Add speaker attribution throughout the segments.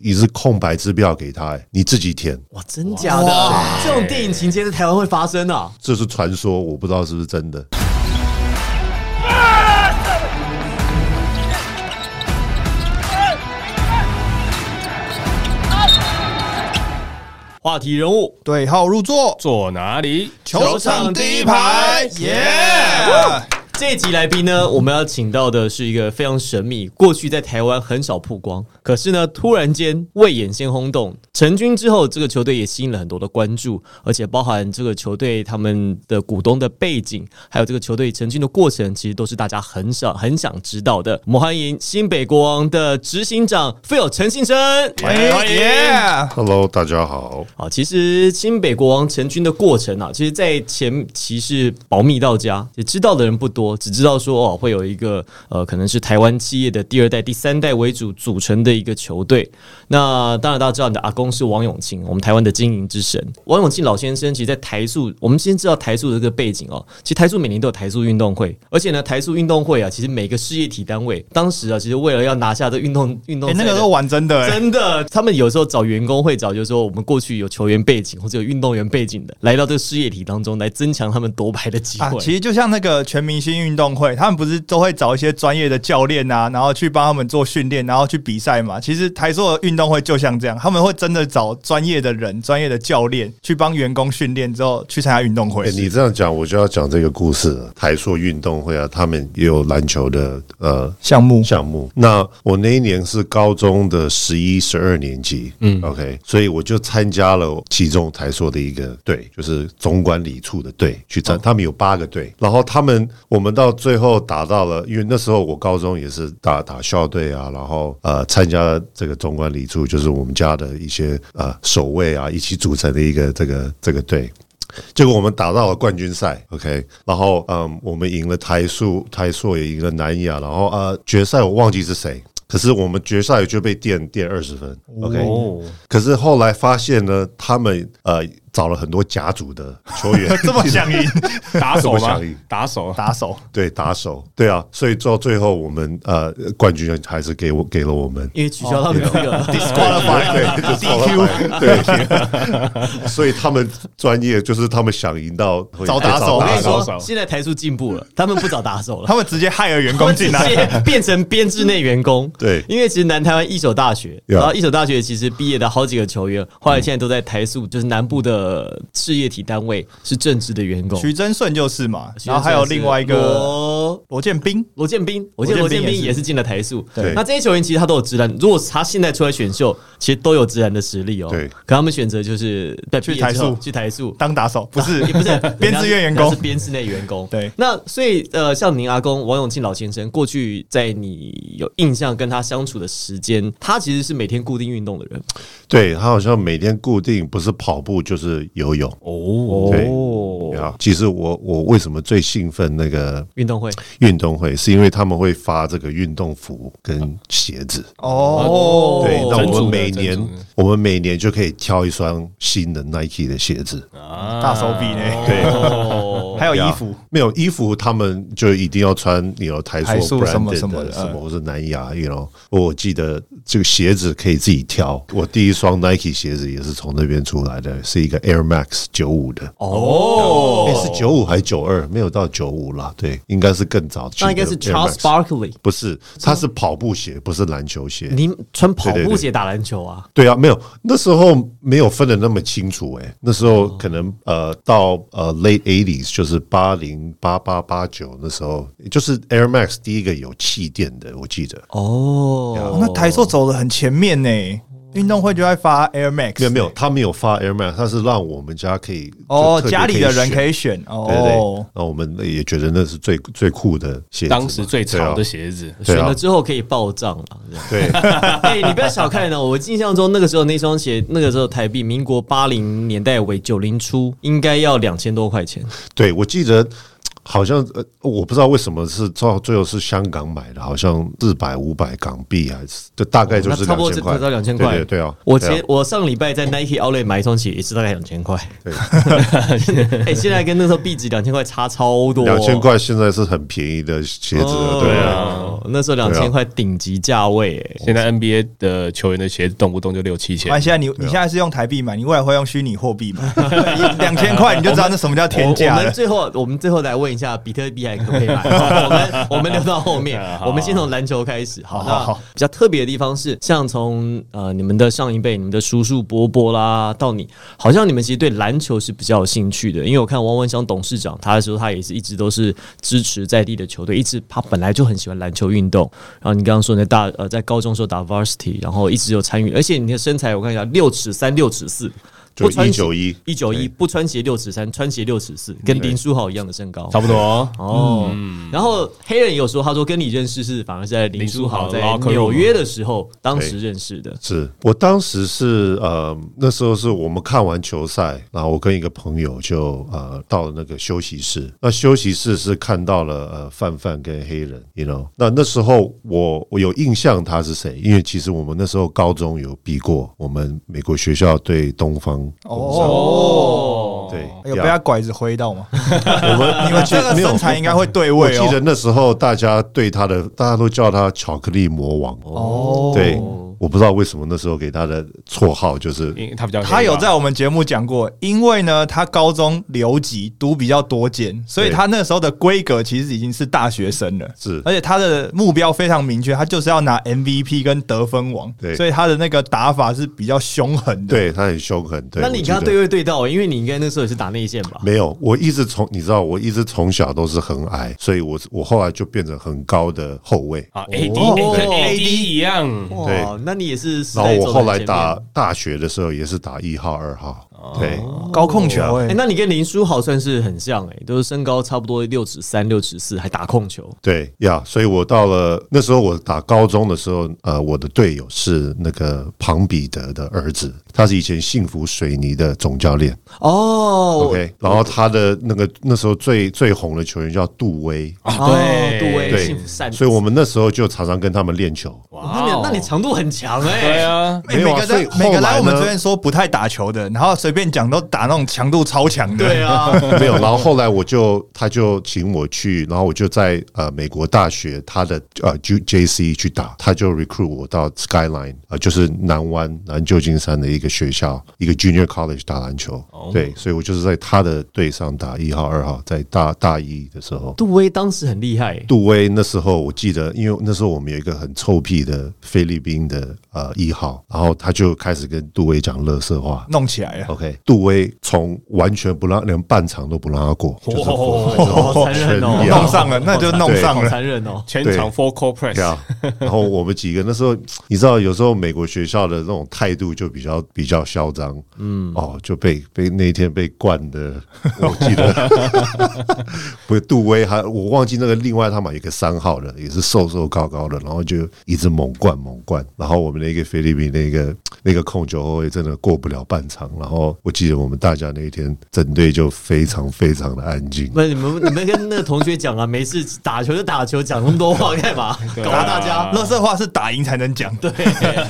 Speaker 1: 一支空白支票给他、哎你自己填。
Speaker 2: 哇，真假的
Speaker 3: 哇？
Speaker 2: 这种电影情节在台湾会发生啊？
Speaker 1: 这是传说，我不知道是不是真的。
Speaker 2: 话题人物
Speaker 3: 对号入座，
Speaker 4: 坐哪里？
Speaker 3: 球场第一排，耶！
Speaker 2: 这一集来宾呢，我们要请到的是一个非常神秘，过去在台湾很少曝光，可是呢，突然间未演先轰动，成军之后，这个球队也吸引了很多的关注，而且包含这个球队他们的股东的背景，还有这个球队成军的过程，其实都是大家很少很想知道的。我们欢迎新北国王的执行长富有陈信生，
Speaker 3: 欢迎，耶！
Speaker 1: Hello，大家好。
Speaker 2: 好，啊其实新北国王成军的过程啊，其实，在前期是保密到家，也知道的人不多，只知道说哦，会有一个呃，可能是台湾企业的第二代、第三代为主组成的一个球队。那当然，大家知道你的阿公是王永庆，我们台湾的经营之神。王永庆老先生，其实，在台塑，我们先知道台塑的这个背景哦，其实台塑每年都有台塑运动会，而且呢，台塑运动会啊，其实每个事业体单位当时啊，其实为了要拿下这运动运动
Speaker 3: 哎，
Speaker 2: 赛的、
Speaker 3: 那个都玩真的，哎，
Speaker 2: 真的，他们有时候找员工会找，就是说我们过去有球员背景或者有运动员背景的，来到这个事业体当中来增强他们夺牌的机
Speaker 3: 啊
Speaker 2: 会。，
Speaker 3: 其实就像那个全明星运动会，他们不是都会找一些专业的教练啊，然后去帮他们做训练，然后去比赛嘛。其实台塑的运动会就像这样，他们会真的找专业的人、专业的教练去帮员工训练之后去参加运动会。
Speaker 1: 哎、你这样讲，我就要讲这个故事了。台塑运动会啊，他们也有篮球的呃
Speaker 3: 项目
Speaker 1: 项目。那我那一年是高中的十一、十二年级，嗯，OK，所以我就参加了其中台塑的一个队，就是总管理处的队去参。他们有八个队，然后他们我们到最后打到了，因为那时候我高中也是打打校队啊，然后呃参加了这个总管理处，就是我们家的一些呃守卫啊一起组成的一个这个这个队。结果我们打到了冠军赛，OK，然后嗯，我们赢了台塑，台塑也赢了南亚，然后呃，决赛我忘记是谁，可是我们决赛就被垫垫二十分，OK，、
Speaker 2: 哦，
Speaker 1: 可是后来发现呢，他们呃找了很多甲组的球 员
Speaker 3: 这么想赢
Speaker 4: 打手
Speaker 1: 这么
Speaker 4: 吗
Speaker 1: 想赢？
Speaker 4: 打手，
Speaker 3: 打手，
Speaker 1: 对打手，对啊，所以到最后我们呃冠军还是给我给了我们，
Speaker 2: 因为取消他们资 格。
Speaker 1: disqualified，对，DQ，对，所以他们专业就是他们想赢到会哎
Speaker 3: 找打手
Speaker 2: 我跟
Speaker 1: 打
Speaker 2: 你
Speaker 1: 手，
Speaker 2: 说，现在台塑进步了，他们不找打手了。
Speaker 3: 他们直接害了员工进
Speaker 2: 他 们
Speaker 3: 来。
Speaker 2: 直接变成编制内员工。
Speaker 1: 对
Speaker 2: 因为其实南台湾一所大学，
Speaker 1: Yeah
Speaker 2: 然后一所大学其实毕业的好几个球员，后来现在都在台塑，就是南部的事业体单位是正职的员工。
Speaker 3: 徐真顺就是嘛，然后还有另外一个
Speaker 2: 罗
Speaker 3: 罗建斌，
Speaker 2: 罗建斌，我记得罗
Speaker 3: 罗建
Speaker 2: 建
Speaker 3: 斌
Speaker 2: 斌
Speaker 3: 也是
Speaker 2: 也是进了台塑。
Speaker 1: 对
Speaker 2: 那这些球员其实他都有直男，如果他现在出来选秀，其实都有直男的实力哦。
Speaker 1: 对
Speaker 2: 可他们选择就是在
Speaker 3: 去
Speaker 2: 毕业之后
Speaker 3: 台塑
Speaker 2: 去台塑。
Speaker 3: 当打 手，不是
Speaker 2: 也不是
Speaker 3: 编制院员工
Speaker 2: 人家是编制内员工。
Speaker 3: 对
Speaker 2: 那所以呃，像您阿公王永庆老先生，过去在你有印象跟他相处的时间，他其实是每天固定运动的人
Speaker 1: 对他好像每天固定不是跑步就是游泳。对
Speaker 2: 哦。
Speaker 1: 啊，其实我我为什么最兴奋那个
Speaker 2: 运动会
Speaker 1: 运动会，是因为他们会发这个运动服跟鞋子。
Speaker 3: 哦，
Speaker 1: 对，那
Speaker 4: 整
Speaker 1: 我
Speaker 4: 组
Speaker 1: 们
Speaker 4: 的
Speaker 1: 每年
Speaker 4: 整组的
Speaker 1: 我们每年就可以挑一双新的 Nike 的鞋子。
Speaker 3: 大手笔呢，对，
Speaker 2: 哦，
Speaker 3: 还有衣
Speaker 1: 对
Speaker 3: 服
Speaker 1: 啊，没有衣服，他们就一定要穿，你有台
Speaker 3: 台
Speaker 1: 塑
Speaker 3: 塑
Speaker 1: branded
Speaker 3: 什么
Speaker 1: 的
Speaker 3: 什
Speaker 1: 什
Speaker 3: 么的
Speaker 1: 么，
Speaker 3: 嗯
Speaker 1: 或是南亚，you know。我记得这个鞋子可以自己挑，我第一双 Nike 鞋子也是从那边出来的，是一个 Air Max 九五的。
Speaker 2: 哦
Speaker 1: 诶是九五还是九二？没有到九五啦，对，应该是更早期的 Air Max。
Speaker 2: 那应该是 Charles Barkley。
Speaker 1: 不是，它是跑步鞋，不是篮球鞋。
Speaker 2: 您穿跑
Speaker 1: 对对
Speaker 2: 步
Speaker 1: 对
Speaker 2: 鞋打篮球啊？
Speaker 1: 对啊，没有，那时候没有分的那么清楚、欸，那时候可能呃到呃 late eighties，就是八零八八八九那时候，就是 Air Max 第一个有气垫的，我记得。
Speaker 2: 哦
Speaker 3: 哦，那台塑走的很前面呢，运动会就在发 Air
Speaker 1: 没
Speaker 3: Max，
Speaker 1: 有没有，他没有发 Air Max，他是让我们家可以
Speaker 3: 哦，
Speaker 1: 就特别
Speaker 3: 家里的人可
Speaker 1: 以
Speaker 3: 以选
Speaker 1: 选，对对对
Speaker 3: 哦。，
Speaker 1: 那我们也觉得那是最最酷的鞋子嘛，
Speaker 4: 当时最潮的
Speaker 1: 对啊
Speaker 4: 鞋子，
Speaker 1: 对
Speaker 2: 选
Speaker 1: 啊
Speaker 2: 了之后可以报账啊了。这样
Speaker 1: 对，啊
Speaker 2: 哎、你不要小看了，我印象中那个时候那双鞋，那个时候台币民国八零年代尾九零初，应该要两千多块钱。
Speaker 1: 对，我记得好像呃，我不知道为什么是到最后是香港买的，好像四百五百港币还是，就大概就是
Speaker 2: 哦那差不多
Speaker 1: 两
Speaker 2: 就
Speaker 1: 千块，
Speaker 2: 到两千块。
Speaker 1: 对对对啊，
Speaker 2: 我
Speaker 1: 对啊
Speaker 2: 前我上礼拜在 Nike Outlet 买一双鞋，也是大概两千块。
Speaker 1: 对
Speaker 2: 哎、现在跟那时候币值两千块差超多、
Speaker 1: 两千。块现在是很便宜的鞋子了，
Speaker 2: 哦
Speaker 1: 对
Speaker 4: 对
Speaker 1: 啊。
Speaker 4: 啊，
Speaker 2: 哦，那时候两
Speaker 1: 对
Speaker 2: 千
Speaker 1: 啊
Speaker 2: 块顶级价位、欸，
Speaker 4: 现在 NBA 的球员的鞋子动不动就六七千
Speaker 3: 那，现在你你现在是用台币买，你未来会用虚拟货币买，两千块你就知道那什么叫天价
Speaker 2: 我我
Speaker 3: 了
Speaker 2: 们。最后，我们最后来问一下，比特币还可不 可以买？我们我们留到后面
Speaker 4: 好，好
Speaker 2: 我们先从篮球开始。好，
Speaker 3: 好好
Speaker 2: 那
Speaker 3: 好
Speaker 2: 比较特别的地方是，像从呃你们的上一辈，你们的叔叔伯伯啦，到你，好像你们其实对篮球是比较有兴趣的。因为我看王文祥董事长，他说他也是一直都是支持在地的球队，一直他本来就很喜欢篮球运动。然后你刚刚说你在大呃在高中时候打 varsity，然后一直有参与，而且你的身材我看一下，六尺三、六尺四。
Speaker 1: 就
Speaker 2: 不穿鞋
Speaker 1: 191
Speaker 2: 一九一
Speaker 1: 对
Speaker 2: 不穿鞋六尺三，穿鞋六尺四，跟林书豪一样的身高。
Speaker 4: 差不多。
Speaker 2: 哦，然后黑人也有说，他说跟你认识是反而是在林书豪
Speaker 4: 林书豪的
Speaker 2: 在
Speaker 4: locker room
Speaker 2: 纽约的时候，当时认识的。
Speaker 1: 是我当时是呃，那时候是我们看完球赛，然后我跟一个朋友就呃到了那个休息室。那休息室是看到了呃范范跟黑人，you know。那那时候我我有印象他是谁，因为其实我们那时候高中有比过我们美国学校对东方，
Speaker 3: 哦，
Speaker 1: 对，
Speaker 3: 有被
Speaker 1: yeah
Speaker 3: 他拐子挥到吗？
Speaker 1: 我们
Speaker 3: 你们这个
Speaker 1: 没有
Speaker 3: 身材应该会对
Speaker 1: 我
Speaker 3: 位
Speaker 1: 记
Speaker 3: 哦。
Speaker 1: 得那时候大家对他的，大家都叫他巧克力魔王。
Speaker 3: 哦
Speaker 1: 对，我不知道为什么那时候给他的绰号就是
Speaker 4: 因为他比较黑吧，
Speaker 3: 他有在我们节目讲过，因为呢，他高中留级读比较多间，所以
Speaker 1: 对
Speaker 3: 他那时候的规格其实已经是大学生了。
Speaker 1: 是
Speaker 3: 而且他的目标非常明确，他就是要拿 MVP 跟得分王，
Speaker 1: 对
Speaker 3: 所以他的那个打法是比较凶狠的。
Speaker 1: 对他很凶狠。对，
Speaker 2: 那你
Speaker 1: 我
Speaker 2: 跟
Speaker 1: 记得
Speaker 2: 他对位对到，因为你应该那时候也是打内线吧？
Speaker 1: 没有，我一直从你知道，我一直从小都是很矮，所以我我后来就变成很高的后卫。
Speaker 4: 啊
Speaker 2: 哦
Speaker 4: AD 跟 AD 一样，
Speaker 2: 哇
Speaker 1: 对，
Speaker 2: 那你也是时
Speaker 1: 然后
Speaker 2: 代走
Speaker 1: 我
Speaker 2: 得
Speaker 1: 后
Speaker 2: 很
Speaker 1: 来
Speaker 2: 前面哦
Speaker 1: 打，大学的时候也是打一号、二号，对，
Speaker 3: 高控球、欸，
Speaker 2: 哎，那你跟林书豪算是很像哎，都是身高差不多六尺三、六尺四，还打控球。
Speaker 1: 对呀，所以我到了那时候，我打高中的时候，呃，我的队友是那个庞彼得的儿子，他是以前幸福水泥的总教练。
Speaker 2: 哦
Speaker 1: OK，然后他的那个那时候最最红的球员叫杜威，
Speaker 4: 啊
Speaker 2: 哦
Speaker 4: 对
Speaker 2: 杜威
Speaker 1: 对
Speaker 2: 幸福善子，
Speaker 1: 所以我们那时候就常常跟他们练球。
Speaker 2: 哇哦那你那你强度很强哎。
Speaker 4: 哦对啊，
Speaker 3: 每
Speaker 1: 没有
Speaker 3: 每
Speaker 1: 啊
Speaker 3: 个
Speaker 1: 所
Speaker 3: 在
Speaker 1: 以后
Speaker 3: 每个来
Speaker 1: 来
Speaker 3: 我们
Speaker 1: 呢
Speaker 3: 这边说不太打球的，然后随便讲都打那种强度超强的。
Speaker 2: 对啊，
Speaker 1: 没有，然后后来我就他就请我去，然后我就在呃美国大学他的呃 J J C 去打，他就 recruit 我到 Skyline 啊、呃就是南湾南旧金山的一个学校，一个 Junior College 打篮球。对，所以我就是在他的队上打一号、二号，在大大一的时候。
Speaker 2: 杜威当时很厉害欸，
Speaker 1: 杜威那时候我记得，因为那时候我们有一个很臭屁的菲律宾的呃一号，然后他就开始跟杜威讲乐色话，
Speaker 3: 弄起来了。
Speaker 1: OK，杜威从完全不让连半场都不让他过，就是
Speaker 2: 好残忍哦
Speaker 1: 全
Speaker 3: 弄上了，那就弄上
Speaker 2: 好
Speaker 3: 了。
Speaker 2: 残忍哦。
Speaker 4: 全场 four core
Speaker 1: 对
Speaker 4: press，
Speaker 1: 啊。然后我们几个那时候，你知道，有时候美国学校的那种态度就比较比较嚣张，嗯，哦，就被被那一天被灌的，我记得不是杜威还我忘记那个另外他买一个三号的，也是瘦瘦高高的，然后就一直猛灌猛灌，然后我们的一个菲律宾那个那个控球后卫真的过不了半场，然后我记得我们大家那一天整队就非常非常的安静。
Speaker 2: 不，你们你们跟那个同学讲啊，没事打球就打球，讲那么多话干 嘛？搞
Speaker 4: 啊
Speaker 2: 得大家
Speaker 3: 乐色话是打赢才能讲，对，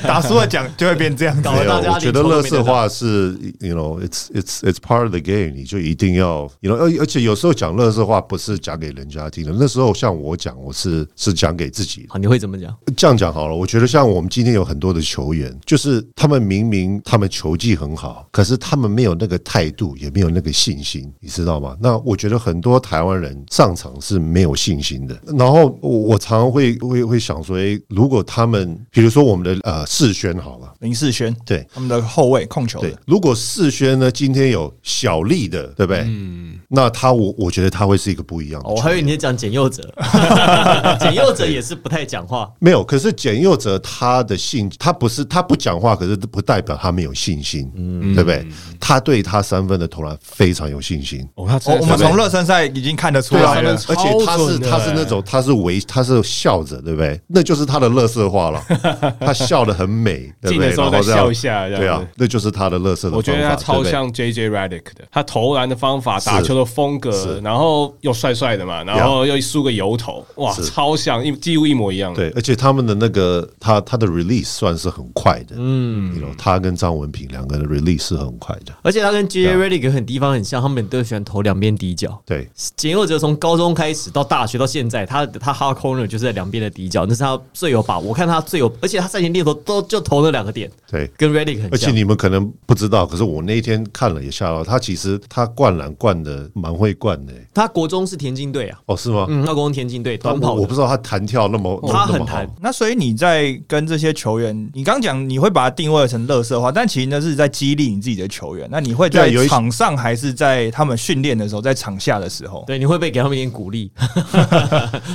Speaker 3: 打输了讲就会变这样子
Speaker 2: 搞。得大家
Speaker 1: 我觉得
Speaker 2: 连球都
Speaker 1: 乐
Speaker 2: 没
Speaker 1: 色
Speaker 2: 得打
Speaker 1: 话是，you know，it's it's it's part of the game，你就一定要，you know，而而且有时候讲乐色话不是讲给人家听的，那时候像我讲，我是是讲给自己的。
Speaker 2: 好，你会怎么讲？
Speaker 1: 这样讲好了，我觉得像我们今天有很多的球员，就是他们明明他们球技很好，可是他们没有那个态度，也没有那个信心，你知道吗？那我觉得很多台湾人上场是没有信心的。然后我我常常会会会想说，诶，如果他们，比如说我们的呃世轩好了。
Speaker 3: 林世轩，
Speaker 1: 对，
Speaker 3: 他们的后卫控球
Speaker 1: 对
Speaker 3: 的，，
Speaker 1: 如果世轩呢今天有小丽的，对不对？嗯，那他我我觉得他会是一个不一样的
Speaker 2: 哦我
Speaker 1: 球
Speaker 2: 还以
Speaker 1: 员。
Speaker 2: 为你在讲简佑 哲，简佑哲也是不太讲话。
Speaker 1: 没有，可是简佑哲他的信，他不是他不讲话，可是不代表他没有信心，嗯，对不对？他对他三分的投篮非常有信心，
Speaker 4: 哦，他
Speaker 3: 哦
Speaker 4: 真的
Speaker 3: 我
Speaker 4: 是
Speaker 3: 们从热身赛已经看得出
Speaker 1: 对啊
Speaker 3: 来了，，
Speaker 1: 而且他
Speaker 4: 超
Speaker 1: 是
Speaker 4: 准的
Speaker 1: 他是那种他是微他是笑着，对不对？那就是他的乐色话 了，他笑得很美，对
Speaker 4: 进
Speaker 1: 不
Speaker 4: 的
Speaker 1: 对？
Speaker 4: 时候
Speaker 1: 然
Speaker 4: 再
Speaker 1: 后这样
Speaker 4: 笑一下，这
Speaker 1: 对
Speaker 4: 样
Speaker 1: 啊
Speaker 4: 子。，
Speaker 1: 那就是他的乐色的
Speaker 4: 我觉得
Speaker 1: 方
Speaker 4: 他
Speaker 1: 法对
Speaker 4: 超
Speaker 1: 不对
Speaker 4: 像 J J Redick 的，他投篮的方法、打球的风格
Speaker 1: 是，
Speaker 4: 然后又帅帅的嘛，然后又梳个油头，哇，超像，一几乎一模一样。
Speaker 1: 对，而且他们的那个他他的 release 算是很快的，嗯，嗯，他跟张文平两个人的 release 是很快的。
Speaker 2: 而且他跟 J.J. Redick 很地方很像，他们都喜欢投两边底角。
Speaker 1: 对，
Speaker 2: 简佑哲从高中开始到大学到现在，他他 hard corner 就是在两边的底角，那是他最有把握。我看他最有，而且他赛前猎头都就投那两个点，
Speaker 1: 对
Speaker 2: 跟 Redick 很
Speaker 1: 而且
Speaker 2: 像。
Speaker 1: 你们可能不知道，可是我那天看了也吓到他，其实他灌篮灌的蛮会灌的、欸
Speaker 2: 他国中是田径队啊，
Speaker 1: 哦，是吗？
Speaker 2: 嗯，他国中田径队
Speaker 1: 但
Speaker 2: 短
Speaker 1: 我
Speaker 2: 跑
Speaker 1: 我不
Speaker 2: 的，哦
Speaker 1: 知道他弹跳那么
Speaker 2: 他
Speaker 1: 那
Speaker 2: 很
Speaker 1: 么好
Speaker 2: 弹。
Speaker 3: 那所以你在跟这些球员，你刚讲你会把它定位成乐色化，但其实那是在激励你自己的球员。那你会在
Speaker 1: 对有一
Speaker 3: 场上还是在他们训练的时候，在场下的时候？
Speaker 2: 对，你会不会给他们一点鼓励，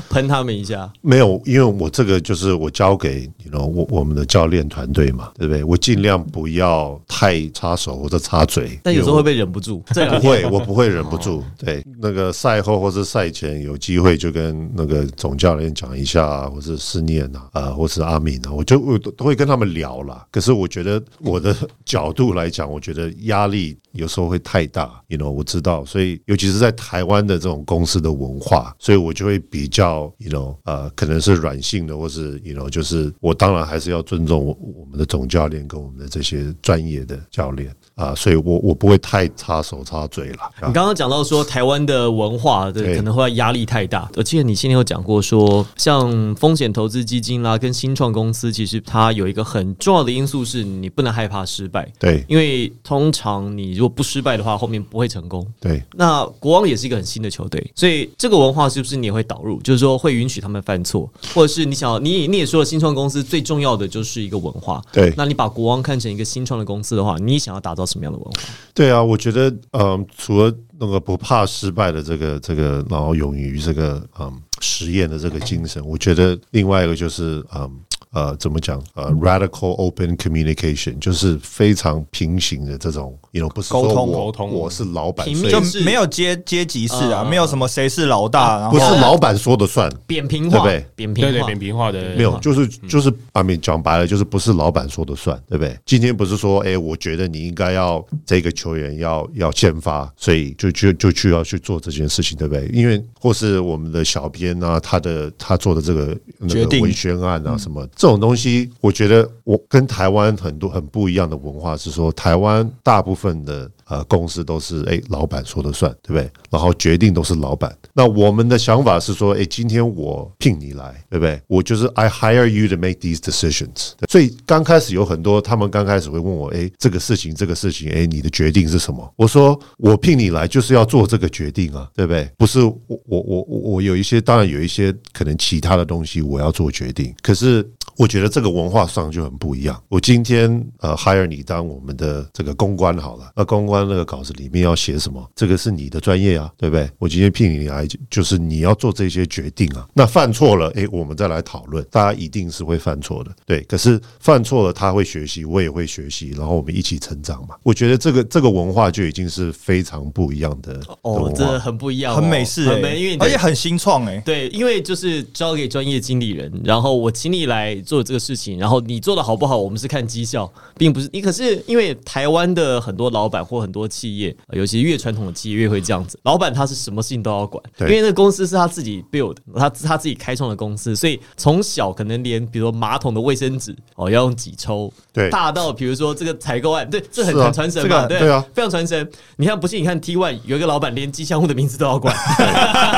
Speaker 2: 喷他们一下？
Speaker 1: 没有，因为我这个就是我交给你 y 我我们的教练团队嘛，对不对？我尽量不要太插手或者插嘴，
Speaker 2: 但有啊时候
Speaker 1: 因为
Speaker 2: 会
Speaker 1: 我
Speaker 2: 被忍不 住。这两
Speaker 1: 不
Speaker 2: 天
Speaker 1: 会，我不会忍不住。对，那个赛后或是赛前有机会就跟那个总教练讲一下、啊，或是思念啊，啊、或是阿敏啊，我就我都都会跟他们聊啦。可是我觉得我的角度来讲，我觉得压力有时候会太大，you know，我知道，所以尤其是在台湾的这种公司的文化，所以我就会比较，you know，呃，可能是软性的，或是 you know，就是我当然还是要尊重我我们的总教练跟我们的这些专业的教练啊、所以我我不会太插手插嘴啊了。
Speaker 2: 你刚刚讲到说台湾的文化的
Speaker 1: 对
Speaker 2: 可能会压力太大， 我记得你先前有讲过说，像风险投资基金啦，跟新创公司，其实它有一个很重要的因素是你不能害怕失败，
Speaker 1: 对
Speaker 2: 因为通常你如果不失败的话，后面不会成功。
Speaker 1: 对，
Speaker 2: 那国王也是一个很新的球队，所以这个文化是不是你也会导入？就是说会允许他们犯错，或者是你想要你也你也说了，新创公司最重要的就是一个文化。
Speaker 1: 对
Speaker 2: 那你把国王看成一个新创的公司的话，你想要打造什么样的文化？
Speaker 1: 对啊，我觉得，嗯，除了那个不怕失败的这个这个，然后勇于这个嗯实验的这个精神，我觉得另外一个就是嗯。呃，怎么讲？呃，radical open communication 就是非常平行的这种，你 know，不是说
Speaker 3: 沟通
Speaker 1: 我
Speaker 4: 沟通
Speaker 1: 我是老板，
Speaker 2: 平
Speaker 1: 所以
Speaker 2: 面
Speaker 3: 就
Speaker 2: 就是
Speaker 3: 没有阶阶级式啊，
Speaker 2: 嗯
Speaker 3: 没有什么谁是老大，然
Speaker 1: 不
Speaker 3: 后
Speaker 1: 是
Speaker 2: 哦
Speaker 1: 老板说的算，
Speaker 2: 扁平
Speaker 1: 对
Speaker 2: 化，
Speaker 1: 不对
Speaker 2: 扁
Speaker 4: 对
Speaker 2: 平
Speaker 4: 对，
Speaker 2: 化
Speaker 4: 扁。平化的
Speaker 1: 没有，就是就是阿明讲白了，就是不是老板说的算，对不对？今天不是说，哎，我觉得你应该要这个球员要要先发，所以就就就去要去做这件事情，对不对？因为或是我们的小编啊，他的他做的这个那
Speaker 3: 决
Speaker 1: 个
Speaker 3: 定嗯
Speaker 1: 文宣案啊什么这种东西，我觉得我跟台湾很多很不一样的文化是说，台湾大部分的呃公司都是哎、诶老板说的算，对不对？然后决定都是老板。那我们的想法是说，哎、今天我聘你来，对不对？我就是 I hire you to make these decisions。所以刚开始有很多他们刚开始会问我，哎、这个事情，这个事情，哎、你的决定是什么？我说我聘你来就是要做这个决定啊，对不对？不是我我我我我有一些，当然有一些可能其他的东西我要做决定，可是。我觉得这个文化上就很不一样。我今天呃 hire 你当我们的这个公关好了，那公关那个稿子里面要写什么，这个是你的专业啊，对不对？我今天聘你来就就是你要做这些决定啊。那犯错了，诶，我们再来讨论。大家一定是会犯错的，对。可是犯错了，他会学习，我也会学习，然后我们一起成长嘛。我觉得这个这个文化就已经是非常不一样的的
Speaker 2: 哦
Speaker 1: 文，
Speaker 2: 真的
Speaker 1: 化。
Speaker 2: 很不一样哦、
Speaker 3: 很美式、
Speaker 2: 很美，因为
Speaker 3: 欸，
Speaker 2: 你
Speaker 3: 而且很新创哎、
Speaker 2: 对，因为就是交给专业经理人，然后我请你来做这个事情，然后你做的好不好，我们是看绩效，并不是你。可是因为台湾的很多老板或很多企业，呃尤其越传统的企业越会这样子，老板他是什么事情都要管，因
Speaker 1: 对
Speaker 2: 为那个公司是他自己 build，他他自己开创的公司，所以从小可能连比如说马桶的卫生纸哦要用几抽，
Speaker 1: 对
Speaker 2: 大到比如说这个采购案，对，这很
Speaker 1: 是啊
Speaker 2: 很传神
Speaker 3: 这个
Speaker 2: 嘛，
Speaker 3: 很
Speaker 2: 对
Speaker 1: 对啊
Speaker 2: 非常传神。你看，不信你看 T One 有一个老板连吉祥物的名字都要管，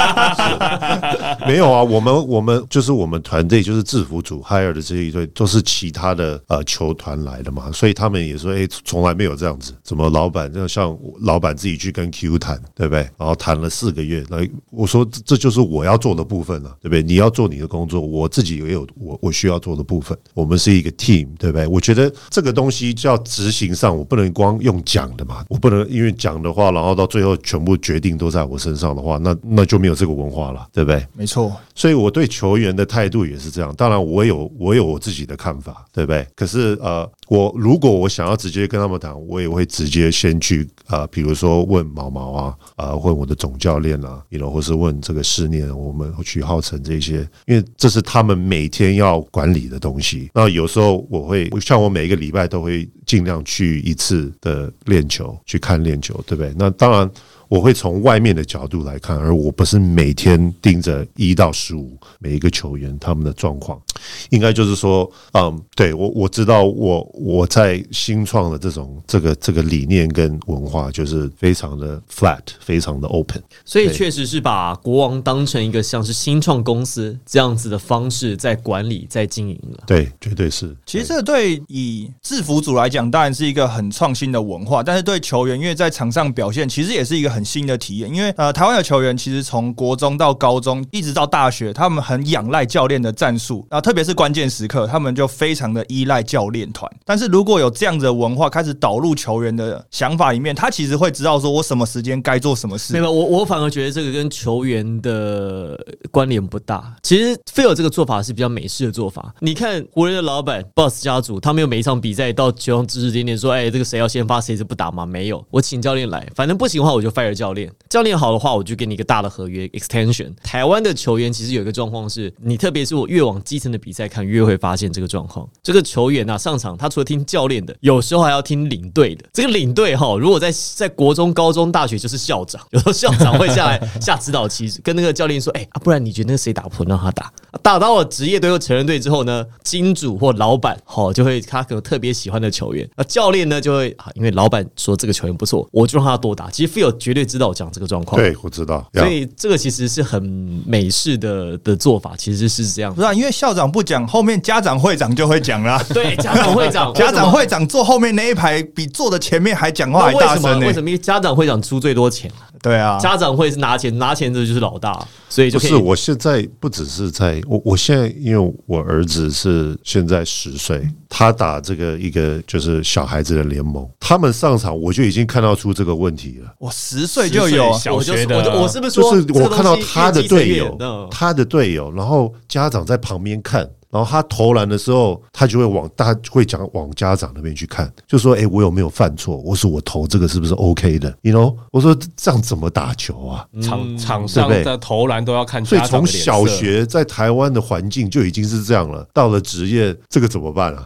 Speaker 1: 没有啊，我们我们就是我们团队就是制服组 hire 的这一队都是其他的呃球团来的嘛，所以他们也说，哎、从来没有这样子，怎么老板就像老板自己去跟 Q 谈，对不对？然后谈了四个月，来我说这这就是我要做的部分了、对不对？你要做你的工作，我自己也有我我需要做的部分，我们是一个 team，对不对？我觉得这个东西叫执行上，我不能光用讲的嘛，我不能因为讲的话，然后到最后全部决定都在我身上的话，那那就没有这个文化了，对不对？
Speaker 3: 没错，
Speaker 1: 所以我对球员的态度也是这样。当然，我有我有我自己的看法，对不对？可是呃，我如果我想要直接跟他们谈，我也会直接先去呃，比如说问毛毛啊，啊、问我的总教练啊，you know，或是问这个试念，我们许浩成这些，因为这是他们每天要管理的东西。那有时候我会像我每一个礼拜都会尽量去一次的练球，去看练球，对不对？那当然。我会从外面的角度来看，而我不是每天盯着一到十五每一个球员他们的状况。应该就是说，嗯，对我我知道我嗯我在新创的这种这个这个理念跟文化，就是非常的 flat，非常的 open。
Speaker 2: 所以
Speaker 1: 对
Speaker 2: 确实是把国王当成一个像是新创公司这样子的方式在管理、在经营 了。
Speaker 1: 对，绝对是。
Speaker 3: 其实这个对以制服组来讲，当然是一个很创新的文化，但是对球员，因为在场上表现，其实也是一个很新的体验。因为呃，台湾的球员其实从国中到高中，一直到大学，他们很仰赖教练的战术，啊，特别是关键时刻，他们就非常的依赖教练团。但是如果有这样子的文化开始导入球员的想法里面，他其实会知道说我什么时间该做什么事
Speaker 2: 没。有，我我反而觉得这个跟球员的关联不大。其实菲尔这个做法是比较美式的做法。你看湖人的老板 Boss 家族，他们有每一场比赛到球场指指点点说：“哎，这个谁要先发，谁是不打吗？”没有，我请教练来，反正不行的话我就 fire 教练，教练好的话我就给你一个大的合约 extension。台湾的球员其实有一个状况是，你特别是我越往基层的比赛看，越会发现这个状况。这个球员啊，上场他除了听教练的，有时候还要听领队的。这个领队哈，如果在在国中、高中、大学就是校长，有时候校长会下来 下指导棋，跟那个教练说：“哎、啊不然你觉得那个谁打不赢，让他打。”打到了职业队或成人队之后呢，金主或老板好就会他可能特别喜欢的球员，那教练呢就会啊，因为老板说这个球员不错，我就让他多打。其实 Phil 绝对知道我讲这个状况，
Speaker 1: 对，我知道。
Speaker 2: 所
Speaker 1: Yeah
Speaker 2: 以这个其实是很美式的的做法，其实是这样
Speaker 3: 不。是、啊，因为校长不讲，后面家长会长就会讲 啦。
Speaker 2: 对，家长会长，
Speaker 3: 家长
Speaker 2: 为
Speaker 3: 会长坐后面那一排，比坐的前面还讲话
Speaker 2: 什么
Speaker 3: 还
Speaker 2: 那为
Speaker 3: 大
Speaker 2: 什么
Speaker 3: 声呢、
Speaker 2: 为什么因为家长会长出最多钱？
Speaker 3: 对啊，
Speaker 2: 家长会是拿钱，拿钱的就是老大，所以就
Speaker 1: 不
Speaker 2: 可
Speaker 1: 是，
Speaker 2: 以
Speaker 1: 我现在不只是在我，我现在因为我儿子是现在十岁，他打这个一个就是小孩子的联盟，他们上场我就已经看到出这个问题了。
Speaker 3: 我十岁就有
Speaker 4: 10岁
Speaker 2: 我
Speaker 4: 小
Speaker 2: 就
Speaker 4: 学
Speaker 2: 是
Speaker 4: 的
Speaker 2: 我就我是不是
Speaker 1: 就
Speaker 2: 说
Speaker 1: 是
Speaker 2: 这个
Speaker 1: 我看到
Speaker 2: 东西
Speaker 1: 他的
Speaker 2: 越基层
Speaker 1: 队
Speaker 2: 越
Speaker 1: 友
Speaker 2: 嗯，
Speaker 1: 他的队友，然后家长在旁边看，然后他投篮的时候，他就会往大会讲往家长那边去看，就说：“哎、我有没有犯错？我说我投这个是不是 OK 的？”You know，我说这样怎么打球啊？
Speaker 4: 场场上
Speaker 1: 对不
Speaker 4: 的投篮都要看
Speaker 1: 所以
Speaker 4: 家长
Speaker 1: 从
Speaker 4: 的脸色
Speaker 1: 小 学在台湾的环境就已经是这样了，到了职业这个怎么 办啊？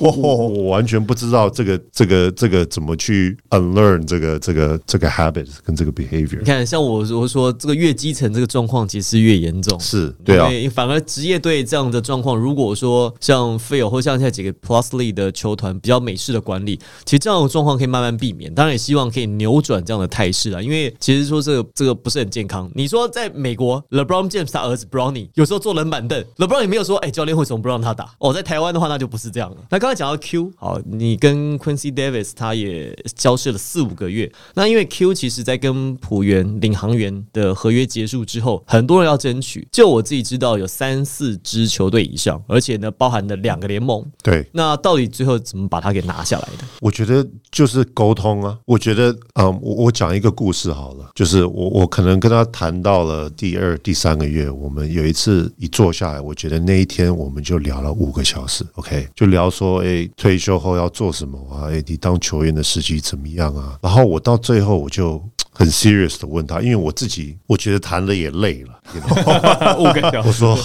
Speaker 1: 我我完全不知道这个这个这个怎么去 unlearn 这个这个这个 habit 跟这个
Speaker 2: 你
Speaker 1: behavior
Speaker 2: 看，像我我说这个越基层这个状况其实越严重，
Speaker 1: 是对啊
Speaker 2: 因。为反而职业队这样的状况，如果说像 Phil 或像现在几个 Plusly 的球团比较美式的管理，其实这样的状况可以慢慢避免。当然也希望可以扭转这样的态势啊啦，因为其实说这个这个不是很健康。你说在美国，LeBron James 他儿子 Brownie 有时候坐冷板凳，LeBron 也没有说，哎、教练为什么不让他打？哦，在台湾的话那就不是这样了。那刚才讲到 Q，好，你跟 Quincy Davis 他也交涉了四五个月，那因为 Q 其实在跟浦原领航员的合约结束之后，很多人要争取。就我自己知道，有三四支球队以上，而且呢，包含了两个联盟。
Speaker 1: 对，
Speaker 2: 那到底最后怎么把它给拿下来的？
Speaker 1: 我觉得就是沟通啊。我觉得，嗯，我我讲一个故事好了，就是我我可能跟他谈到了第二、第三个月，我们有一次一坐下来，我觉得那一天我们就聊了五个小时，OK，就聊说，哎、退休后要做什么啊？哎、你当球员的时期怎么样啊？然后我到最后我就。很 serious 的问他，因为我自己我觉得谈了也累了，you know，
Speaker 4: 五个小
Speaker 1: 我
Speaker 4: 时，
Speaker 1: 说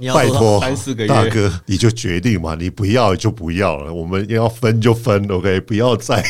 Speaker 2: 你要
Speaker 1: 拜
Speaker 2: 做到
Speaker 1: 托
Speaker 4: 三四个月
Speaker 1: 大哥，你就决定嘛，你不要就不要了，我们要分就分，OK，不要再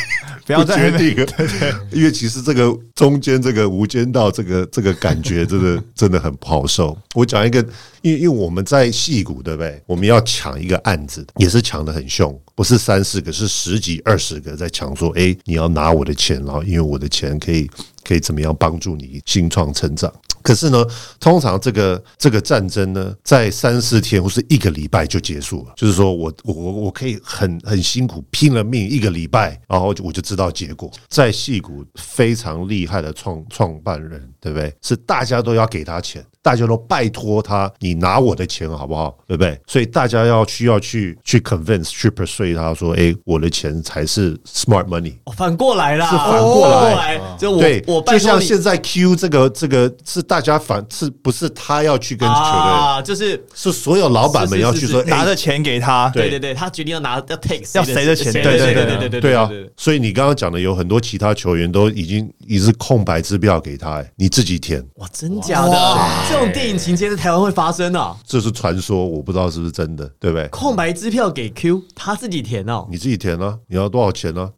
Speaker 3: 不要再
Speaker 1: 决定， 因为其实这个中间这个无间道这个这个感觉真 的真的很不好受。我讲一个，因为因为我们在戏谷对不对？我们要抢一个案子，也是抢的很凶。不是三四个，是十几二十个在抢说，哎、你要拿我的钱，然后因为我的钱可以可以怎么样帮助你新创成长。可是呢，通常这个这个战争呢，在三四天或是一个礼拜就结束了。就是说我我我我可以很很辛苦拼了命一个礼拜，然后就我就知道结果。在戏谷非常厉害的创创办人，对不对？是大家都要给他钱，大家都拜托他，你拿我的钱好不好？对不对？所以大家要需要去去 convince 去 persuade 他说，哎，我的钱才是 smart money。
Speaker 2: 哦反过来啦，
Speaker 1: 是反过来
Speaker 2: 来，就我
Speaker 1: 对，
Speaker 2: 我拜
Speaker 1: 就
Speaker 2: 托
Speaker 1: 像
Speaker 2: 你
Speaker 1: 现在 Q 这个这个是大家反是不是他要去跟球队，
Speaker 2: 啊，就是
Speaker 1: 是所有老板们要去说
Speaker 2: 是是是
Speaker 3: 拿
Speaker 1: 哎
Speaker 3: 着钱给他，
Speaker 2: 对对对，他决定要拿要 take
Speaker 3: 要谁的钱
Speaker 2: 谁
Speaker 3: 对
Speaker 2: 对
Speaker 3: 对
Speaker 2: 对
Speaker 3: 对
Speaker 2: 对
Speaker 1: 对啊，所以你刚刚讲的有很多其他球员都已经已是空白支票给他，哎你自己填，
Speaker 2: 哇，真假的？这种
Speaker 4: 哎
Speaker 2: 电影情节在台湾会发生啊？
Speaker 1: 这是传说，我不知道是不是真的，对不对？
Speaker 2: 空白支票给 Q，他自己填哦。
Speaker 1: 你自己填啊，你要多少钱呢、啊？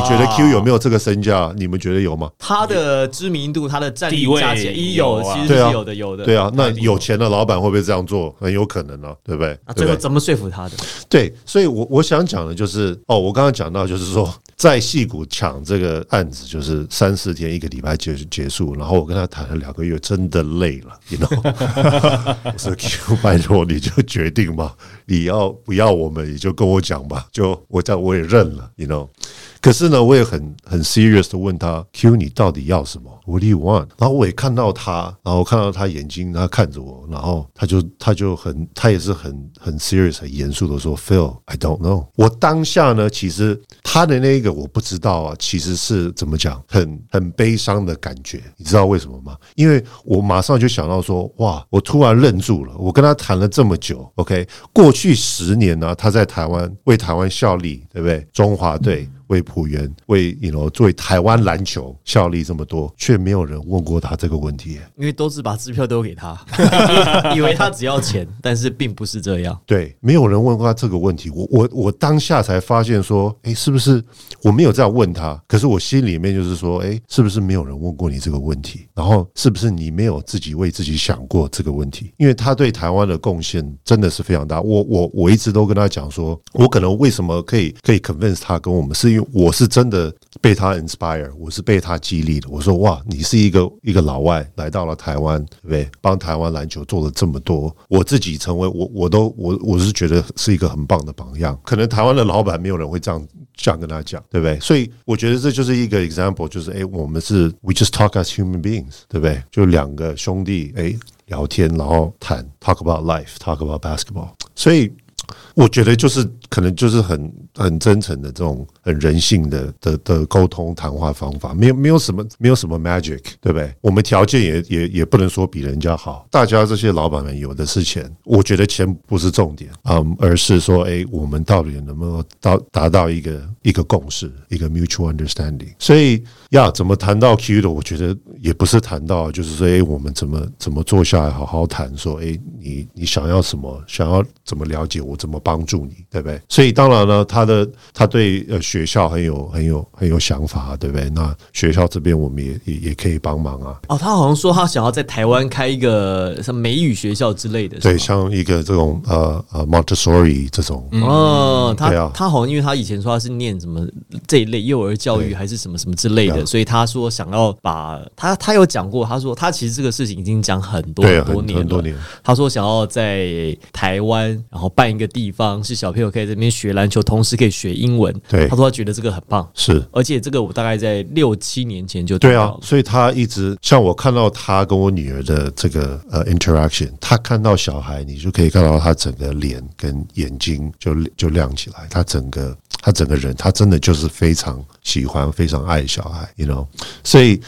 Speaker 1: 你觉得 Q 有没有这个身价？你们觉得有吗？
Speaker 2: 他的知名度、他的战力
Speaker 4: 地位
Speaker 2: 加起来，一
Speaker 4: 有
Speaker 2: 有
Speaker 4: 啊
Speaker 2: 其实
Speaker 1: 对
Speaker 2: 是
Speaker 1: 啊，
Speaker 2: 有的，有的。
Speaker 1: 对啊，那有钱的老板会不会这样做？很有可能啊，对不对？
Speaker 2: 那
Speaker 1: 对
Speaker 2: 最
Speaker 1: 不
Speaker 2: 后
Speaker 1: 对？
Speaker 2: 怎么说服他的？
Speaker 1: 对，所以我我想讲的就是，哦，我刚刚讲到就是说，在戏骨抢这个案子，就是三四天一个礼拜结结束，然后我跟他谈了两个月，真的累了，你 you know，我说 Q，拜托你就决定吧，你要不要我们，你就跟我讲吧，就我在我也认了，you know。可是呢，我也很很 serious 的问他，Q，你到底要什么？What do you want？然后我也看到他，然后我看到他眼睛，他看着我，然后他就他就很他也是很很 serious 很严肃的说，Phil，I don't know。我当下呢，其实他的那个我不知道啊，其实是怎么讲，很很悲伤的感觉，你知道为什么吗？因为我马上就想到说，哇，我突然愣住了，我跟他谈了这么久，OK，过去十年呢、他在台湾为台湾效力，对不对？中华队。为浦原、为 you know 为台湾篮球效力这么多，却没有人问过他这个问题。
Speaker 2: 因为都是把支票丢给 他，以为他只要钱，但是并不是这样。
Speaker 1: 对，没有人问过他这个问题。我我我当下才发现说，哎，是不是我没有这样问他？可是我心里面就是说，哎，是不是没有人问过你这个问题？然后是不是你没有自己为自己想过这个问题？因为他对台湾的贡献真的是非常大。我我我一直都跟他讲说，我可能为什么可以可以 convince 他跟我们，是因为我是真的被他 inspire，我是被他激励的。我说哇，你是一个一个老外来到了台湾，对不对？帮台湾篮球做了这么多，我自己成为我我都我我是觉得是一个很棒的榜样。可能台湾的老板没有人会这样这样跟他讲，对不对？所以我觉得这就是一个 example，就是哎，我们是 we just talk as human beings，对不对？就两个兄弟哎聊天，然后谈 talk about life，talk about basketball，所以。我觉得就是可能就是很很真诚的这种很人性的的的沟通谈话方法，没有没有什么没有什么 magic，对不对？我们条件也也也不能说比人家好，大家这些老板们有的是钱，我觉得钱不是重点，嗯，而是说，哎，我们到底能不能到达到一个一个共识，一个 mutual understanding？所以呀，怎么谈到 Q 的，我觉得也不是谈到，就是说，哎，我们怎么怎么坐下来好好谈，说，哎，你你想要什么，想要怎么了解我，怎么帮助你，对不对？所以当然了，他的他对呃学校很有很有很有想法，对不对？那学校这边我们也也也可以帮忙啊，
Speaker 2: 哦，他好像说他想要在台湾开一个什么美语学校之类的。
Speaker 1: 对，
Speaker 2: 是吗
Speaker 1: 像一个这种呃呃 Montessori 这种，
Speaker 2: 哦，他、
Speaker 1: 嗯对啊
Speaker 2: 他好像因为他以前说他是念什么这一类幼儿教育
Speaker 1: 对
Speaker 2: 还是什么什么之类的，
Speaker 1: 对啊
Speaker 2: 所以他说想要把他他有讲过，他说他其实这个事情已经讲很多
Speaker 1: 对啊
Speaker 2: 很多
Speaker 1: 很
Speaker 2: 年了
Speaker 1: 很多年
Speaker 2: 他说想要在台湾，然后办一个地方是小朋友可以在那边学篮球，同时可以学英文。
Speaker 1: 对
Speaker 2: 他说他觉得这个很棒，
Speaker 1: 是
Speaker 2: 而且这个我大概在六七年前就
Speaker 1: 对
Speaker 2: 听
Speaker 1: 啊
Speaker 2: 到，了
Speaker 1: 所以他一直像我看到他跟我女儿的这个呃 interaction，他看到小孩，你就可以看到他整个脸跟眼睛就就亮起来，他整个他整个人，他真的就是非常喜欢、非常爱小孩，you know，所以。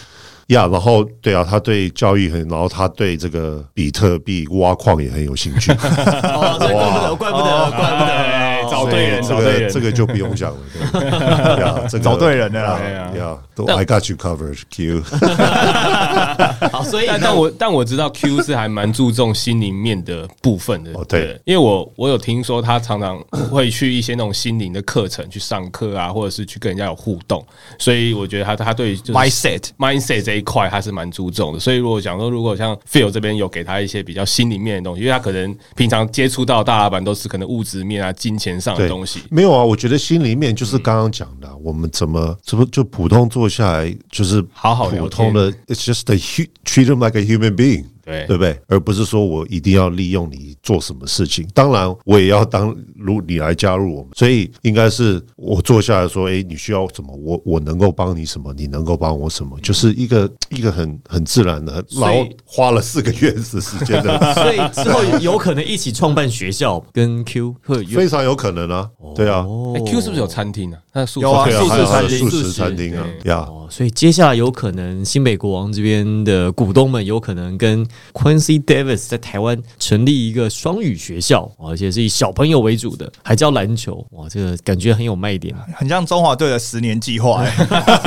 Speaker 1: 呀然后对啊，他对教育很，然后他对这个比特币挖矿也很有兴趣。
Speaker 2: 哦，所以怪不得，怪不得，
Speaker 1: 哦
Speaker 2: 怪不
Speaker 4: 哎
Speaker 2: 得，
Speaker 4: 找对人，
Speaker 1: 这
Speaker 4: 找对
Speaker 1: 个
Speaker 4: 人，
Speaker 1: 这个就不用讲了， 对呀这个
Speaker 3: 找对人了啦
Speaker 4: 对啊
Speaker 1: 呀，都 I got you covered, Q。
Speaker 2: 好，所以
Speaker 4: 但 但我但我知道 Q 是还蛮注重心里面的部分的
Speaker 1: 哦对，
Speaker 4: 因为我我有听说他常常会去一些那种心灵的课程去上课啊，或者是去跟人家有互动，所以我觉得他他对就是
Speaker 3: mindset
Speaker 4: mindset 这一块他是蛮注重的。所以如果想说，如果像 Phil 这边有给他一些比较心里面的东西，因为他可能平常接触到的大老板都是可能物质面啊、金钱上的
Speaker 1: 对，
Speaker 4: 东西，
Speaker 1: 没
Speaker 4: 嗯
Speaker 1: 有啊，我觉得心里面就是刚刚讲的啊、我们怎么怎么就普通坐下来，就是
Speaker 4: 好好聊
Speaker 1: 普
Speaker 4: 天
Speaker 1: 通的，it's just a hu- treat them like a human being。
Speaker 4: 对
Speaker 1: 对不对？而不是说我一定要利用你做什么事情。当然，我也要当如你来加入我们，所以应该是我坐下来说，哎诶，你需要什么？我我能够帮你什么？你能够帮我什么？
Speaker 4: 嗯
Speaker 1: 就是一个一个很很自然的，然
Speaker 2: 以，
Speaker 1: 后花了四个月的时间的
Speaker 2: 所以之后有可能一起创办学校，跟 Q 会有
Speaker 1: 非常有可能啊，对啊。
Speaker 4: 哎、q 是不是有餐厅啊？他的宿舍
Speaker 3: 有啊
Speaker 1: 对啊，
Speaker 3: 素
Speaker 1: 还
Speaker 3: 食
Speaker 1: 有
Speaker 3: 餐厅
Speaker 1: 素食餐厅啊，呀，
Speaker 2: 哦，所以接下来有可能新北国王这边的股东们有可能跟 Quincy Davis 在台湾成立一个双语学校，哇而且是以小朋友为主的，还教篮球，哇，这个感觉很有卖点。
Speaker 3: 很像中华队的十年计 划、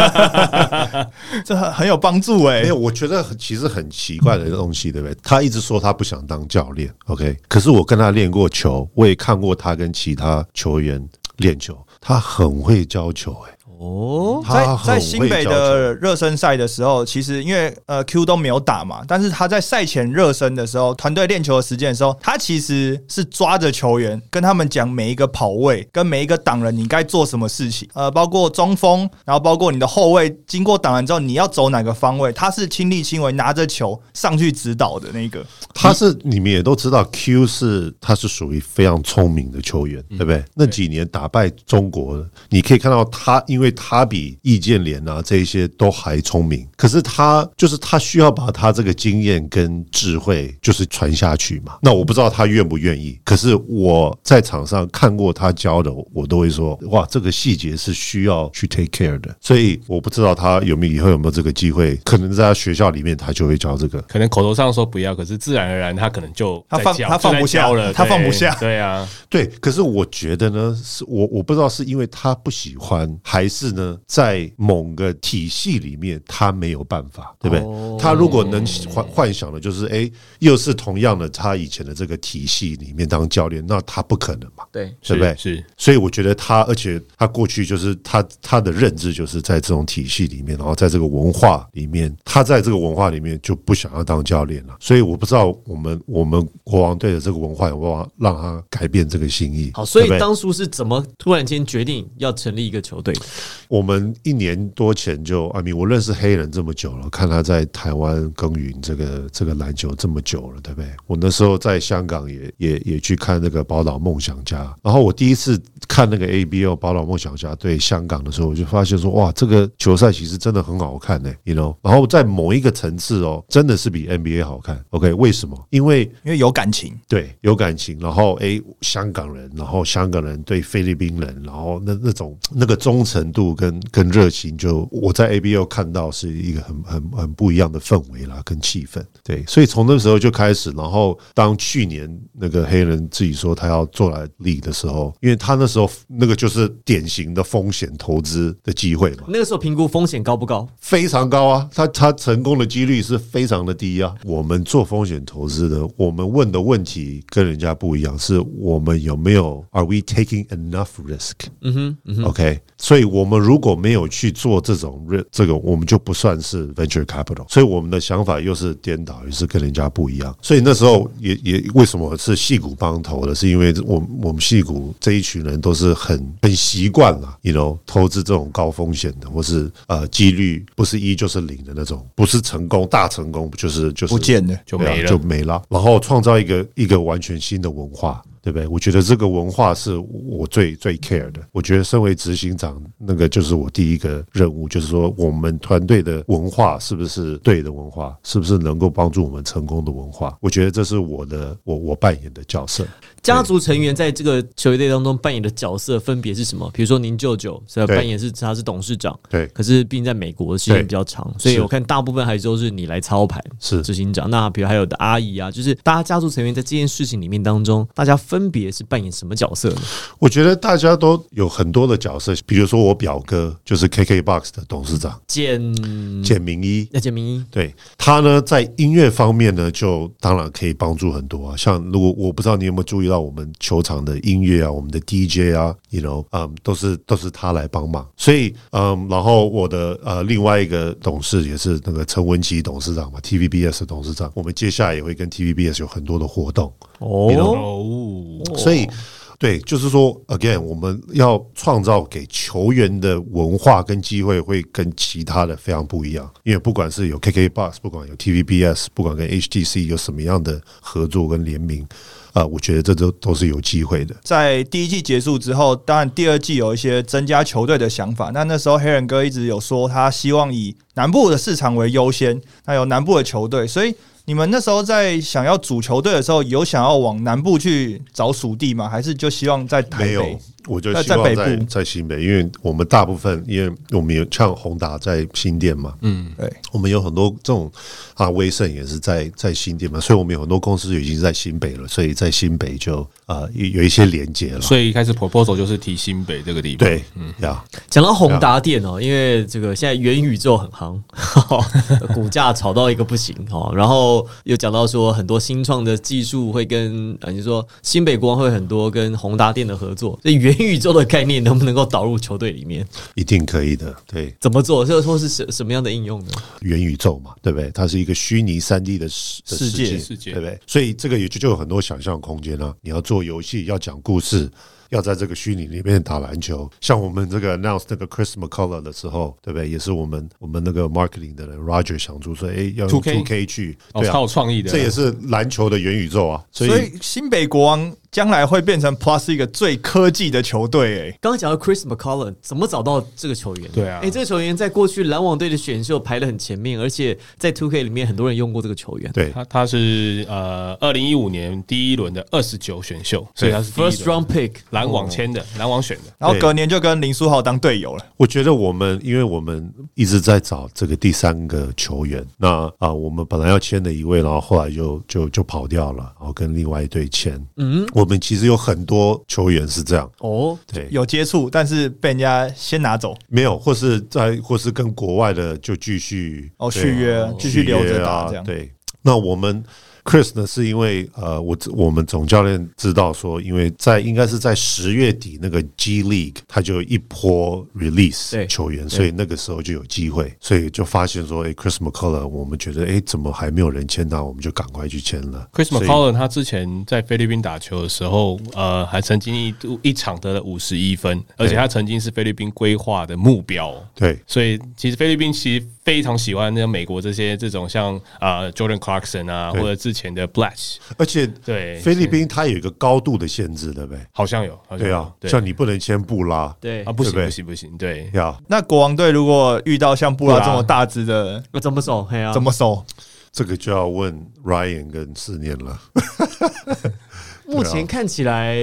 Speaker 3: 欸这很很有帮助哎、
Speaker 1: 没有，我觉得很其实很奇怪的东西，对不对？他一直说他不想当教练，OK？可是我跟他练过球，我也看过他跟其他球员练球，他很会教球、欸，
Speaker 2: 哦，
Speaker 1: 他
Speaker 3: 在
Speaker 1: 很
Speaker 3: 在
Speaker 1: 会
Speaker 3: 新北
Speaker 1: 教球
Speaker 3: 的热身赛的时候，其实因为呃 Q 都没有打嘛，但是他在赛前热身的时候，团队练球的时间的时候，他其实是抓着球员跟他们讲每一个跑位跟每一个挡人你该做什么事情，呃，包括中锋，然后包括你的后卫经过挡人之后你要走哪个方位，他是亲力亲为拿着球上去指导的那个。
Speaker 1: 他是你们也都知道，Q 是他是属于非常聪明的球员，对不嗯对？那几年打败中国，你可以看到他，因为他比易建联啊这一些都还聪明，可是他就是他需要把他这个经验跟智慧就是传下去嘛。那我不知道他愿不愿意，可是我在场上看过他教的，我都会说哇，这个细节是需要去 take care 的。所以我不知道他有没有以后有没有这个机会，可能在他学校里面他就会教这个。
Speaker 4: 可能口头上说不要，可是自然而然他可能就
Speaker 3: 他
Speaker 4: 在
Speaker 3: 放
Speaker 4: 教
Speaker 3: 他放
Speaker 4: 就在
Speaker 3: 不下
Speaker 4: 教了，
Speaker 3: 他
Speaker 4: 对
Speaker 3: 放不下
Speaker 4: 对啊，
Speaker 1: 对，可是我觉得呢，是我我不知道是因为他不喜欢，还是呢，在某个体系里面他没有办法，对不对？
Speaker 4: 哦
Speaker 1: 他如果能幻幻想的就是，哎，又是同样的他以前的这个体系里面当教练，那他不可能嘛，
Speaker 2: 对，
Speaker 1: 对不对？
Speaker 4: 是是
Speaker 1: 所以我觉得他，而且他过去就是他他的认知就是在这种体系里面，然后在这个文化里面，他在这个文化里面就不想要当教练了。所以我不知道我们我们国王队的这个文化有没有让他改变这个心意。
Speaker 2: 好，所
Speaker 1: 对不
Speaker 2: 以
Speaker 1: 对
Speaker 2: 当初是怎么突然间决定要成立一个球队的？
Speaker 1: 我们一年多前就，阿米，我认识黑人这么久了，看他在台湾耕耘这个这个篮球这么久了，对不对？我那时候在香港也也也去看那个宝岛梦想家，然后我第一次看那个 ABO 宝岛梦想家对香港的时候，我就发现说，哇，这个球赛其实真的很好看呢、y o u know。然后在某一个层次哦，真的是比 NBA 好看。OK，为什么？因为
Speaker 3: 因为有感情，
Speaker 1: 对，有感情。然后诶，香港人，然后香港人对菲律宾人，然后那那种那个忠诚度跟跟热情就，我在 A B O 看到是一个很很很不一样的氛围啦，跟气氛。对，所以从那时候就开始。然后当去年那个黑人自己说他要做来立的时候，因为他那时候那个就是典型的风险投资的机会嘛，
Speaker 2: 那个时候评估风险高不高？
Speaker 1: 非常高啊，他他成功的几率是非常的低啊。我们做风险投资的，我们问的问题跟人家不一样，是我们有没有 Are we taking enough risk？嗯哼，OK。所以我们如果没有去做这种 ri- 这个，我们就不算是 venture capital。所以我们的想法又是颠倒，又是跟人家不一样。所以那时候也也为什么是戏骨帮投的，是因为我们我们戏骨这一群人都是很很习惯了，you know，投资这种高风险的，或是呃几率不是一就是零的那种，不是成功大成功就是就是
Speaker 3: 不见了
Speaker 4: 就
Speaker 1: 对啊
Speaker 4: 没了
Speaker 1: 就没了。然后创造一个一个完全新的文化，对不对？我觉得这个文化是我最最 care 的。我觉得身为执行长，那个就是我第一个任务，就是说我们团队的文化是不是对的文化，是不是能够帮助我们成功的文化？我觉得这是我的我我扮演的角色。
Speaker 2: 家族成员在这个球队当中扮演的角色分别是什么？比如说您舅舅是要
Speaker 1: 对
Speaker 2: 扮演是他是董事长，
Speaker 1: 对
Speaker 2: 可是毕竟在美国的时间比较长，所以
Speaker 1: 是
Speaker 2: 我看大部分还是都是你来操盘，
Speaker 1: 是
Speaker 2: 执行长。那比如还有的阿姨啊，就是大家家族成员在这件事情里面当中，大家分别是扮演什么角色呢？
Speaker 1: 我觉得大家都有很多的角色，比如说我表哥就是 KKBOX 的董事长
Speaker 2: 简
Speaker 4: 嗯
Speaker 2: 呃
Speaker 1: 简明一，
Speaker 2: 那简明一
Speaker 1: 对他呢，在音乐方面呢，就当然可以帮助很多啊。像如果我不知道你有没有注意到，我们球场的音乐啊，我们的 DJ 啊，you know，嗯，都是都是他来帮忙。所以，嗯，然后我的呃另外一个董事也是那个陈文琪董事长嘛，TVBS 的董事长，我们接下来也会跟 TVBS 有很多的活动。
Speaker 2: 哦，
Speaker 4: 哦，
Speaker 1: 所以。对，就是说，again，我们要创造给球员的文化跟机会，会跟其他的非常不一样。因为不管是有 KKBox，不管有 TVBS，不管跟 HTC 有什么样的合作跟联名，啊、我觉得这都都是有机会的。
Speaker 3: 在第一季结束之后，当然第二季有一些增加球队的想法。那那时候黑人哥一直有说，他希望以南部的市场为优先，那有南部的球队。所以你们那时候在想要组球队的时候，有想要往南部去找属地吗？还是就希望在台
Speaker 1: 没
Speaker 3: 北
Speaker 1: 有？，我就
Speaker 3: 在
Speaker 1: 希望
Speaker 3: 在北
Speaker 1: 在
Speaker 3: 部
Speaker 1: 在新北，因为我们大部分，因为我们有像宏达在新店嘛，
Speaker 3: 对，
Speaker 1: 我们有很多这种啊，威盛也是在在新店嘛，所以我们有很多公司已经在新北了，所以在新北就啊、有有一些连接了。
Speaker 4: 所以一开始 proposal 就是提新北这个地方，
Speaker 1: 对，呀，
Speaker 2: 讲到宏达电哦，因为这个现在元宇宙很行， 股价炒到一个不行哦。然后又讲到说很多啊新创的技术会跟，呃，你说新北国王会有很多跟宏达电的合作，所以元元宇宙的概念能不能够导入球队里面？
Speaker 1: 一定可以的。对，
Speaker 2: 怎么做？这或是什什么样的应用呢？
Speaker 1: 元宇宙嘛，对不对？它是一个虚拟三 D 的世的
Speaker 3: 世界
Speaker 4: 世界
Speaker 1: 对不对？所以这个也就就有很多想象空间啦、你要做游戏，要讲故事。要在这个虚拟里面打篮球，像我们这个 announce 那个 Chris McCullough 的时候，对不对？也是我们我们那个 marketing 的人 Roger 想出说，哎，要用
Speaker 4: 2K
Speaker 1: Two K 去，
Speaker 4: 哦，
Speaker 1: 对
Speaker 4: 超
Speaker 1: 啊
Speaker 4: 有，创意的，
Speaker 1: 这也是篮球的元宇宙啊。所以
Speaker 3: 所以新北国王将来会变成 Plus 一个最科技的球队、欸，
Speaker 2: 刚刚讲到 Chris McCullough 怎么找到这个球员？
Speaker 4: 对啊
Speaker 2: 哎、这个球员在过去篮网队的选秀排得很前面，而且在 Two K 里面很多人用过这个球员。
Speaker 1: 对，
Speaker 4: 他他是呃二零一五年第一轮的二十九选秀，所以他是第一轮
Speaker 2: First round pick，
Speaker 4: 篮网签
Speaker 1: 哦
Speaker 4: 的，篮网选的。
Speaker 3: 然后
Speaker 1: 对
Speaker 3: 隔年就跟林书豪当队友了。
Speaker 1: 我觉得我们，因为我们一直在找这个第三个球员，那啊、我们本来要签的一位，然后后来就就就跑掉了，然后跟另外一队签。嗯，我们其实有很多球员是这样，
Speaker 2: 哦，
Speaker 1: 对，
Speaker 3: 有接触，但是被人家先拿走
Speaker 1: 没有，或是在或是跟国外的就继续
Speaker 3: 哦，
Speaker 1: 对啊
Speaker 3: 续约继续留着打这样。
Speaker 1: 对，那我们 Chris 呢，是因为呃，我我们总教练知道说，因为在应该是在十月底那个 G League，他就有一波 release
Speaker 2: 对
Speaker 1: 球员，所以那个时候就有机会，所以就发现说，哎、c h r i s McCullough，我们觉得哎、诶怎么还没有人签他，我们就赶快去签了。
Speaker 4: Chris
Speaker 1: 所以
Speaker 4: McCollum 他之前在菲律宾打球的时候，呃，还曾经一度一场得了五十一分，而且他曾经是菲律宾规划的目标哦。
Speaker 1: 对
Speaker 4: 所以其实菲律宾其实非常喜欢那个美国这些这种像呃 Jordan Clarkson 啊，
Speaker 1: 对
Speaker 4: 或者之前的 Blash，
Speaker 1: 而且
Speaker 4: 对
Speaker 1: 菲律宾它有一个高度的限制，对不对？
Speaker 4: 好像有，好像有
Speaker 1: 对啊，
Speaker 4: 对
Speaker 1: 像你不能签布拉，
Speaker 2: 对
Speaker 4: 啊，不
Speaker 1: 对
Speaker 4: 行
Speaker 1: 不对
Speaker 4: 不行不行，对，
Speaker 1: 呀，
Speaker 3: 那国王队如果遇到像布拉这么大只的，
Speaker 2: 那怎么走？嘿啊，
Speaker 3: 怎么守？
Speaker 1: 这个就要问 Ryan 跟四年了。
Speaker 2: 目前看起来，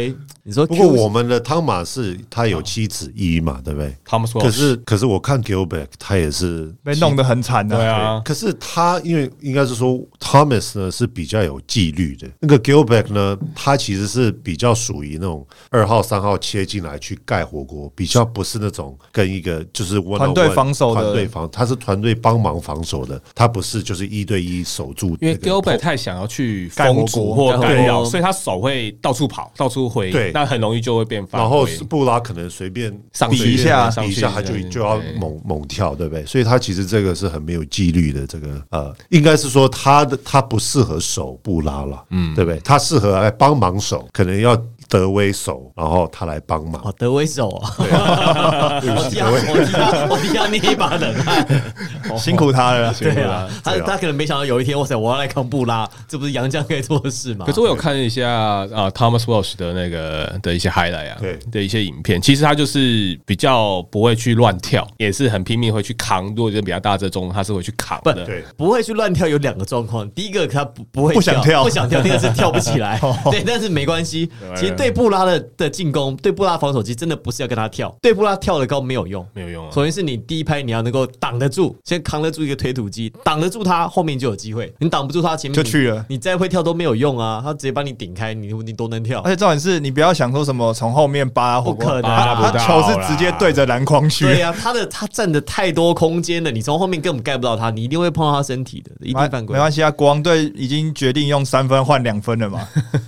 Speaker 2: 你说
Speaker 1: 不过
Speaker 2: Q
Speaker 1: 我们的汤马士他有七子一嘛，对不对？
Speaker 4: Thomas Walsh，
Speaker 1: 可是可是我看 Gilbert 他也是
Speaker 3: 被弄得很惨
Speaker 4: 对
Speaker 3: 的、
Speaker 4: 啊，
Speaker 1: 可是他因为应该是说 Thomas 呢是比较有纪律的，那个 Gilbert 呢，他其实是比较属于那种二号、三号切进来去盖火锅，比较不是那种跟一个就是 one on one
Speaker 3: 团队防守的
Speaker 1: 团队防，他是团队帮忙防守的，他不是就是一对一守住
Speaker 4: 因
Speaker 1: 那
Speaker 4: 为
Speaker 1: 个口。
Speaker 4: Gilbert 太想要去
Speaker 3: 盖火
Speaker 4: 封阻
Speaker 3: 锅
Speaker 4: 或
Speaker 2: 盖火
Speaker 4: 干扰，
Speaker 2: 锅
Speaker 4: 所以他手会到处跑，到处挥，
Speaker 1: 对
Speaker 4: 那很容易就会变犯规。
Speaker 1: 然后布拉可能随便
Speaker 4: 上
Speaker 1: 比
Speaker 4: 去
Speaker 1: 一下，
Speaker 4: 上
Speaker 1: 比
Speaker 4: 去
Speaker 1: 一下嗯他就
Speaker 4: 对
Speaker 1: 就要猛猛跳，对不对？所以他其实这个是很没有纪律的，这个呃，应该是说他的他不适合守布拉了，嗯，对不对？他适合来帮忙守，可能要德威守，然后他来帮忙。
Speaker 2: 哦，德威手啊， 我替他，我替他，我替他捏一把冷汗。
Speaker 3: 辛苦他了。
Speaker 4: 对
Speaker 2: 对啊，他
Speaker 1: 对啊
Speaker 2: 他可能没想到有一天，哇塞，我要来扛布拉，这不是杨绛可以做的事吗？
Speaker 4: 可是我有看一下啊，Thomas Walsh 的那个的一些 highlight 啊，
Speaker 1: 对
Speaker 4: 的一些影片，其实他就是比较不会去乱跳，也是很拼命会去扛。如果就是比较大这中，他是会去扛
Speaker 2: 不
Speaker 4: 的。
Speaker 1: 对
Speaker 2: 不会去乱跳有两个状况，第一个他不不会
Speaker 3: 不想跳
Speaker 2: 不想跳，第二个是跳不起 来。对，但是没关系，其实对啊布拉的的进攻，对布拉防守，其实真的不是要跟他跳，对布拉跳的高没有用。
Speaker 4: 没有
Speaker 3: 哦
Speaker 4: 用啊。
Speaker 2: 首先是你第一拍你要能够挡得住，先扛得住一个推土机，挡得住他，后面就有机会。你挡不住他，前面
Speaker 3: 就
Speaker 2: 你
Speaker 3: 去了
Speaker 2: 你再会跳都没有用啊！他直接把你顶开，你你都能跳
Speaker 3: 而。且重点是你不要想说什么从后面扒火锅
Speaker 2: 不可能
Speaker 3: 他
Speaker 4: 啊扒不
Speaker 3: 他
Speaker 4: 到
Speaker 3: 球
Speaker 4: 啦
Speaker 3: 是直接对着篮筐去。
Speaker 2: 对啊呀、他的他占的太多空间了，你从后面根本盖不到他，你一定会碰到他身体的，一定犯规
Speaker 3: 没。关系啊，国王队已经决定用三分换两分了 嘛，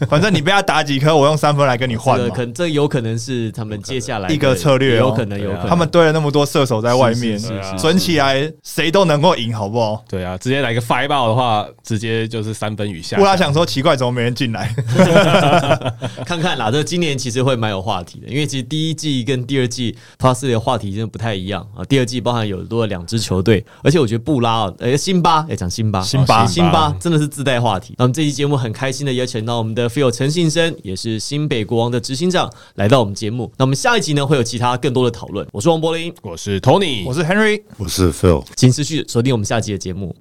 Speaker 3: 反正你被他打几颗，我用三分来跟你换
Speaker 2: 这个
Speaker 3: 嘛
Speaker 2: 可。能这有可能是他们接下来的
Speaker 3: 一个策略哦
Speaker 2: 有可能有可能
Speaker 3: 他们堆了那么多射手在外面
Speaker 2: 是是啊是是，
Speaker 3: 准起来谁都能够赢，好不好？
Speaker 4: 对啊，直接来个 five out 的话，直接就是三分以
Speaker 2: 啊
Speaker 4: 下。
Speaker 3: 布拉想说奇怪，怎么没人进来？
Speaker 2: 看看啦，这今年其实会蛮有话题的，因为其实第一季跟第二季 Plus 的话题真的不太一样啊。第二季包含有多了两支球队，而且我觉得布拉哦，呃，辛巴，哎，讲辛巴，
Speaker 3: 辛巴
Speaker 2: 哦辛巴真的是自带话题。那我们这期节目很开心的邀请到我们的 Phil 陈信生，也是新北国王的执行长，来到我们节目。那我们下一集呢会有其他更多的讨论。我是王柏林，
Speaker 4: 我是 Tony，
Speaker 3: 我是 Henry，
Speaker 1: 我是 Phil，
Speaker 2: 请持续锁定我们下集的节目。